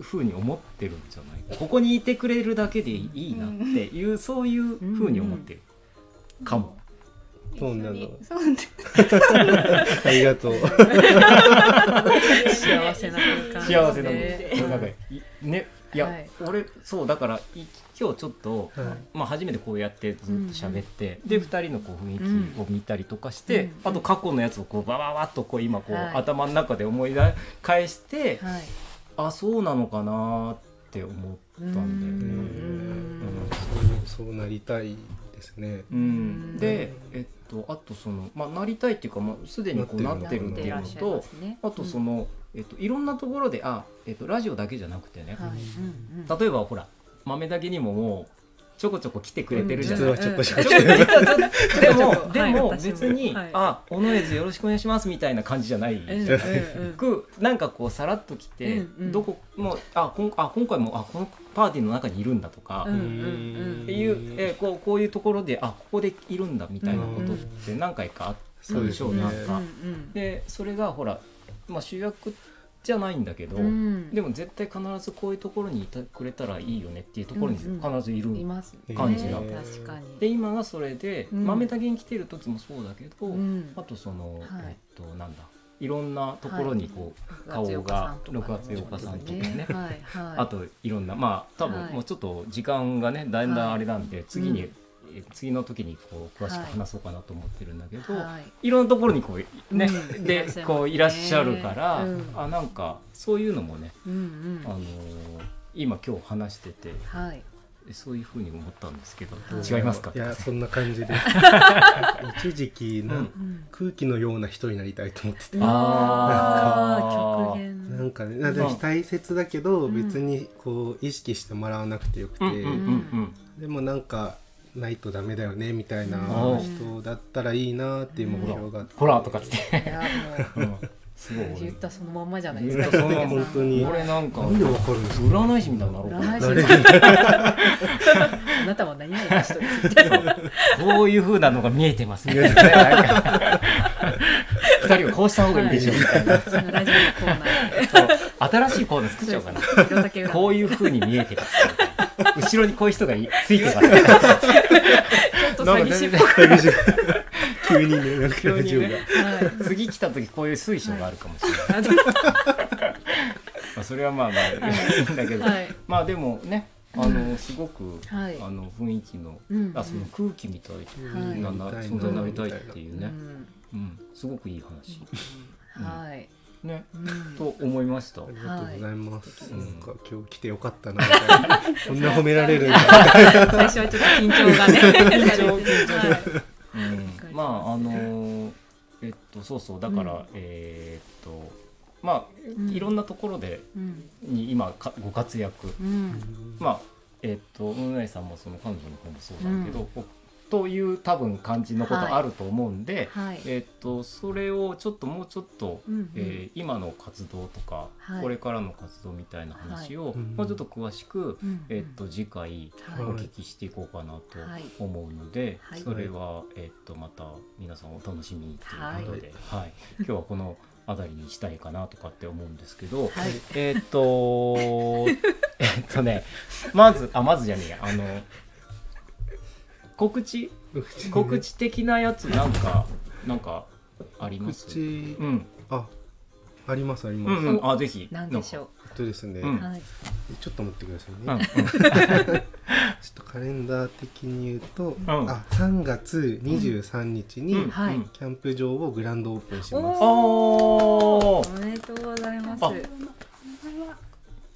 S1: 風に思ってるんじゃないかここにいてくれるだけでいいなっていうそういう風に思ってるかも。
S3: そうなの
S4: 一緒にそうなんだ
S3: ありがとう
S2: 幸せな空間ですね
S1: 幸せなもんなんかいねいや、
S2: はい
S1: 俺そうだからい今日ちょっと、
S3: はい
S1: まあ、初めてこうやってずっと喋って、で2人のこう雰囲気を見たりとかして、
S2: うん
S1: あと過去のやつをこうバババッとこう今こう、
S2: はい
S1: 頭の中で思い出返して、
S2: はい。
S1: あそうなのかなって思ったんだよ
S2: う
S1: ね。
S2: ん
S3: そうそうなりたいですね
S1: うんで、えっと、あとその、まあ、なりたいっていうかもうすでにこうな
S3: な
S1: っ
S3: ってて
S1: る
S3: る
S1: って
S2: い
S1: いう
S2: ら
S1: の
S2: っしゃい
S1: と
S2: ますね
S1: あとその、えっと、いろんなところであ、えっと、ラジオだけじゃなくてね、
S2: うんはいうんうん
S1: 例えばほら豆だけにももうちょこちょこ来てくれてるじゃ
S3: 実
S1: ない、
S3: はちょこちょこ
S1: ちょっと実はちょっとでもで
S2: はい
S1: も
S2: 私も
S1: 別に「
S2: はい
S1: あ尾上図よろしくお願いします」みたいな感じじゃない、
S2: うんうんうん
S1: くなんかこうさらっと来て、
S2: うんうん
S1: どこもあこんあ今回もあこのパーティーの中にいるんだとか、
S2: うん
S1: っ
S2: うん
S1: ていう、えーこうこういうところであここでいるんだみたいなことって何回かあって、
S3: そうです
S1: そう
S3: ね
S1: なんか
S2: うん
S1: でそれがほら、まあ、主役じゃないんだけど、
S2: うん
S1: でも絶対必ずこういうところにいてくれたらいいよねっていうところに
S2: うんうん
S1: 必ずいる、
S2: いますね
S1: 感じが
S2: 確かに
S1: で今がそれで、
S2: うん
S1: 豆だけに来てる時もそうだけど、
S2: うん
S1: あとその、
S2: はい
S1: えっとなんだいろんなところにこう、顔が6月8日さんとかね
S2: はいはい
S1: あといろんなまあ多
S2: は
S1: 分
S2: い
S1: もうちょっと時間がねだんだんあれなんで、次に、
S2: うん
S1: え次の時にこう詳しく
S2: はい
S1: 話そうかなと思ってるんだけど、
S2: はい
S1: い、ろんなところにこうね、
S2: うんいらっしゃい
S1: で
S2: ますね
S1: こういらっしゃるから、
S2: うん
S1: あなんかそういうのもね、
S2: うんうん
S1: あのー今今日話してて
S2: はい
S1: そういうふうに思ったんですけど、
S2: はい
S1: 違いますか
S3: いやそんな 感じで一時期な
S1: うん
S3: ん空気のような人になりたいと思ってて、
S1: あー
S2: あー極限
S3: なんかねなで
S1: まあ
S3: も大切だけど、
S2: うん
S3: 別にこう意識してもらわなくてよくて、
S1: うんうんうん
S3: でもなんかないとダメだよねみたいな
S1: うん
S3: 人だったらいいなっていう目
S1: うん、
S3: 標
S1: ほ
S3: があ
S1: ら
S3: って、
S1: ほらとかつって
S2: いや
S1: うん すごい
S2: もう言ったそのまんまじゃない
S1: 俺
S2: で
S1: 言っ
S2: すか
S1: たそんな
S3: の本当に
S1: 俺なんか
S3: なんでわかるんですか
S1: 占い師みたいになろうかな
S2: 占い師あなたは何々の人ですみたいな
S1: こういう風なのが見えてますみたいなねなんか 二人をこうした方がいいでしょうみたいな、
S2: そのラジオのコーナーで
S1: そう新しいコーナー作っちゃおうかな
S2: 色だけ占い
S1: こういう風に見えてますみたいな後ろにこういう人がいついてます
S2: ちょっと詐欺師っぽい
S3: 急にねなんか
S1: 急
S3: ラ
S1: に
S3: ジオが、
S1: ね
S2: はい
S1: 次来た時こういう水晶があるかもしれない、
S2: あで
S1: まあ、それはまあまあだけど、
S2: はい
S1: まあでもねあのすごく、
S2: はい
S1: あの雰囲気の、
S2: うんうん
S1: あその空気みたい
S2: はい
S1: な、な
S3: はい
S1: 存在になりたいっていう
S2: う
S1: ね、
S2: ん
S1: うんすごくいい話、
S2: はい
S1: ね
S2: うん
S1: と思いました。
S3: ありがとうございます、
S1: はい
S3: なんか今日来てよかったなみたいなこんな褒められる んだ
S2: 最初はちょっと緊張がね緊張緊張
S1: うん、まああのーえっとそうそうだから、
S2: うん
S1: えーっとまあ、
S2: ん
S1: いろんなところで
S2: うん
S1: に今かご活躍、
S2: うん
S1: まあえっと運営さんもその彼女の方もそうだけど、こうという多分感じのことあると思うんで、
S2: はい
S1: えっとそれをちょっともうちょっと、
S2: うんうん
S1: えー今の活動とか、
S2: はい
S1: これからの活動みたいな話を、
S3: い
S1: もうちょっと詳しく、
S2: うん
S1: えっと次回
S2: はい
S1: お聞きしていこうかな
S2: はい
S1: と思うので、
S2: はい
S1: それは、えっとまた皆さんお楽しみにということで、はい今日はこの辺りにしたいかなとかって思うんですけど、
S2: はい
S1: えっとえっとねまずあまずじゃねえやあの告知告知的なやつなんかなんかありま
S3: 告
S1: す
S3: 知
S1: うん
S3: あありますあり
S1: う
S3: ます、
S1: んうんあぜひ
S2: なんでし
S1: ょ
S2: ょ
S3: えっとですね、
S1: うん
S2: はい。
S3: ちょっと待ってくださいね、
S1: うんうん
S3: ちょっとカレンダー的に言うと、
S1: ん
S3: あ3月23日に、
S1: うん
S2: はい
S1: うん
S3: キャンプ場をグランドオープンしま
S1: あ
S3: す
S2: お
S1: ー
S2: めでとうございます。
S1: あ
S4: は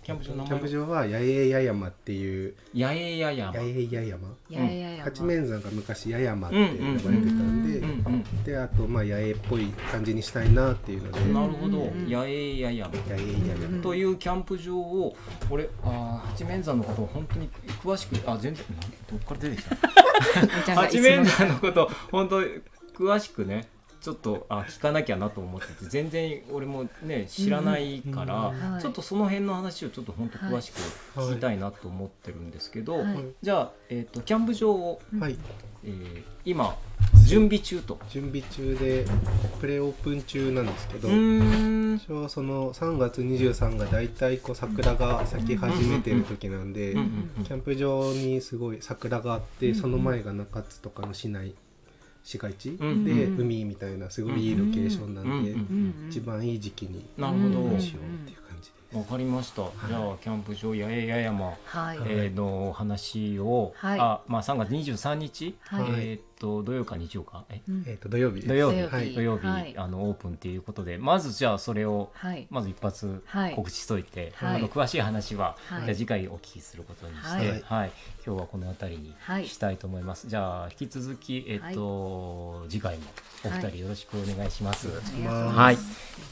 S1: キャンプ
S3: キ
S1: 場の名
S3: ャン
S1: 前
S3: プ場は八重八山っていう
S1: 八重八山
S3: 八重八山
S2: いやいやいや。
S3: 八面山が昔八重山って呼ばれてたんで、
S1: うんうん
S3: であとまあ八重っぽい感じにしたいなっていうので
S1: なるほど、
S2: うんうんうん
S1: 八重八山
S3: 八重八山
S1: というキャンプ場を俺あー八面山のことを本当に詳しくあ全然なんどっから出てきた
S2: みーちゃんが
S1: 八
S2: いつも
S1: 面山のこと本当に詳しくねちょっとあ聞かなきゃなと思ってて全然俺もね知らないから、
S3: うん
S2: はい
S1: ちょっとその辺の話をちょっと本当詳しく聞きたいなと思ってるんですけど、
S2: はい
S3: はい
S1: じゃあ、えー、とキャンプ場を、
S3: はい
S1: えー今準備中と。
S3: 準備中でプレオープン中なんですけど、
S1: うーん
S3: 一応その3月23が大体こう桜が咲き始めてる時なんで、
S1: うんうんうん
S3: キャンプ場にすごい桜があって、その前が中津とかの市内市街地、
S1: うん
S3: で
S2: うん
S3: 海みたいなすごいいいロケーションなんで、
S1: うんうん
S2: うんうん
S3: 一番いい時期に
S1: なるほど、
S3: どうしようっていう感じで
S1: わかりました。じゃあキャンプ場八重八重山、
S2: はい。
S1: えーのお話を、
S2: はい
S1: あまあ3月23日、
S2: は
S1: え
S2: い
S1: ーっと土曜か日曜かえ
S2: うん
S3: す、えー、と土曜日です
S1: 土曜日
S2: 土曜日
S3: はい
S1: 土曜日、
S2: はい
S1: あのオープンということでまずじゃあそれを
S2: はい。
S1: まず一発
S2: はい
S1: 告知しといて、
S2: はい
S1: あの詳しい話は、
S2: はい
S1: じゃあ次回お聞きすることにして、は
S2: はいい
S1: 今日はこの辺り
S2: はい
S1: にしたいと思います。じゃあ引き続きえっと、次回もお二人よろしくお願いします。
S2: ありがとうございます
S1: はい、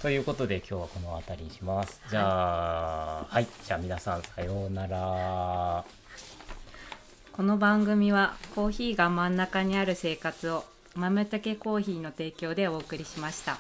S1: ということで今日はこの辺りにします。じゃあ、はい、じゃあ皆さんさようなら。
S2: この番組はコーヒーが真ん中にある生活を豆たけコーヒーの提供でお送りしました。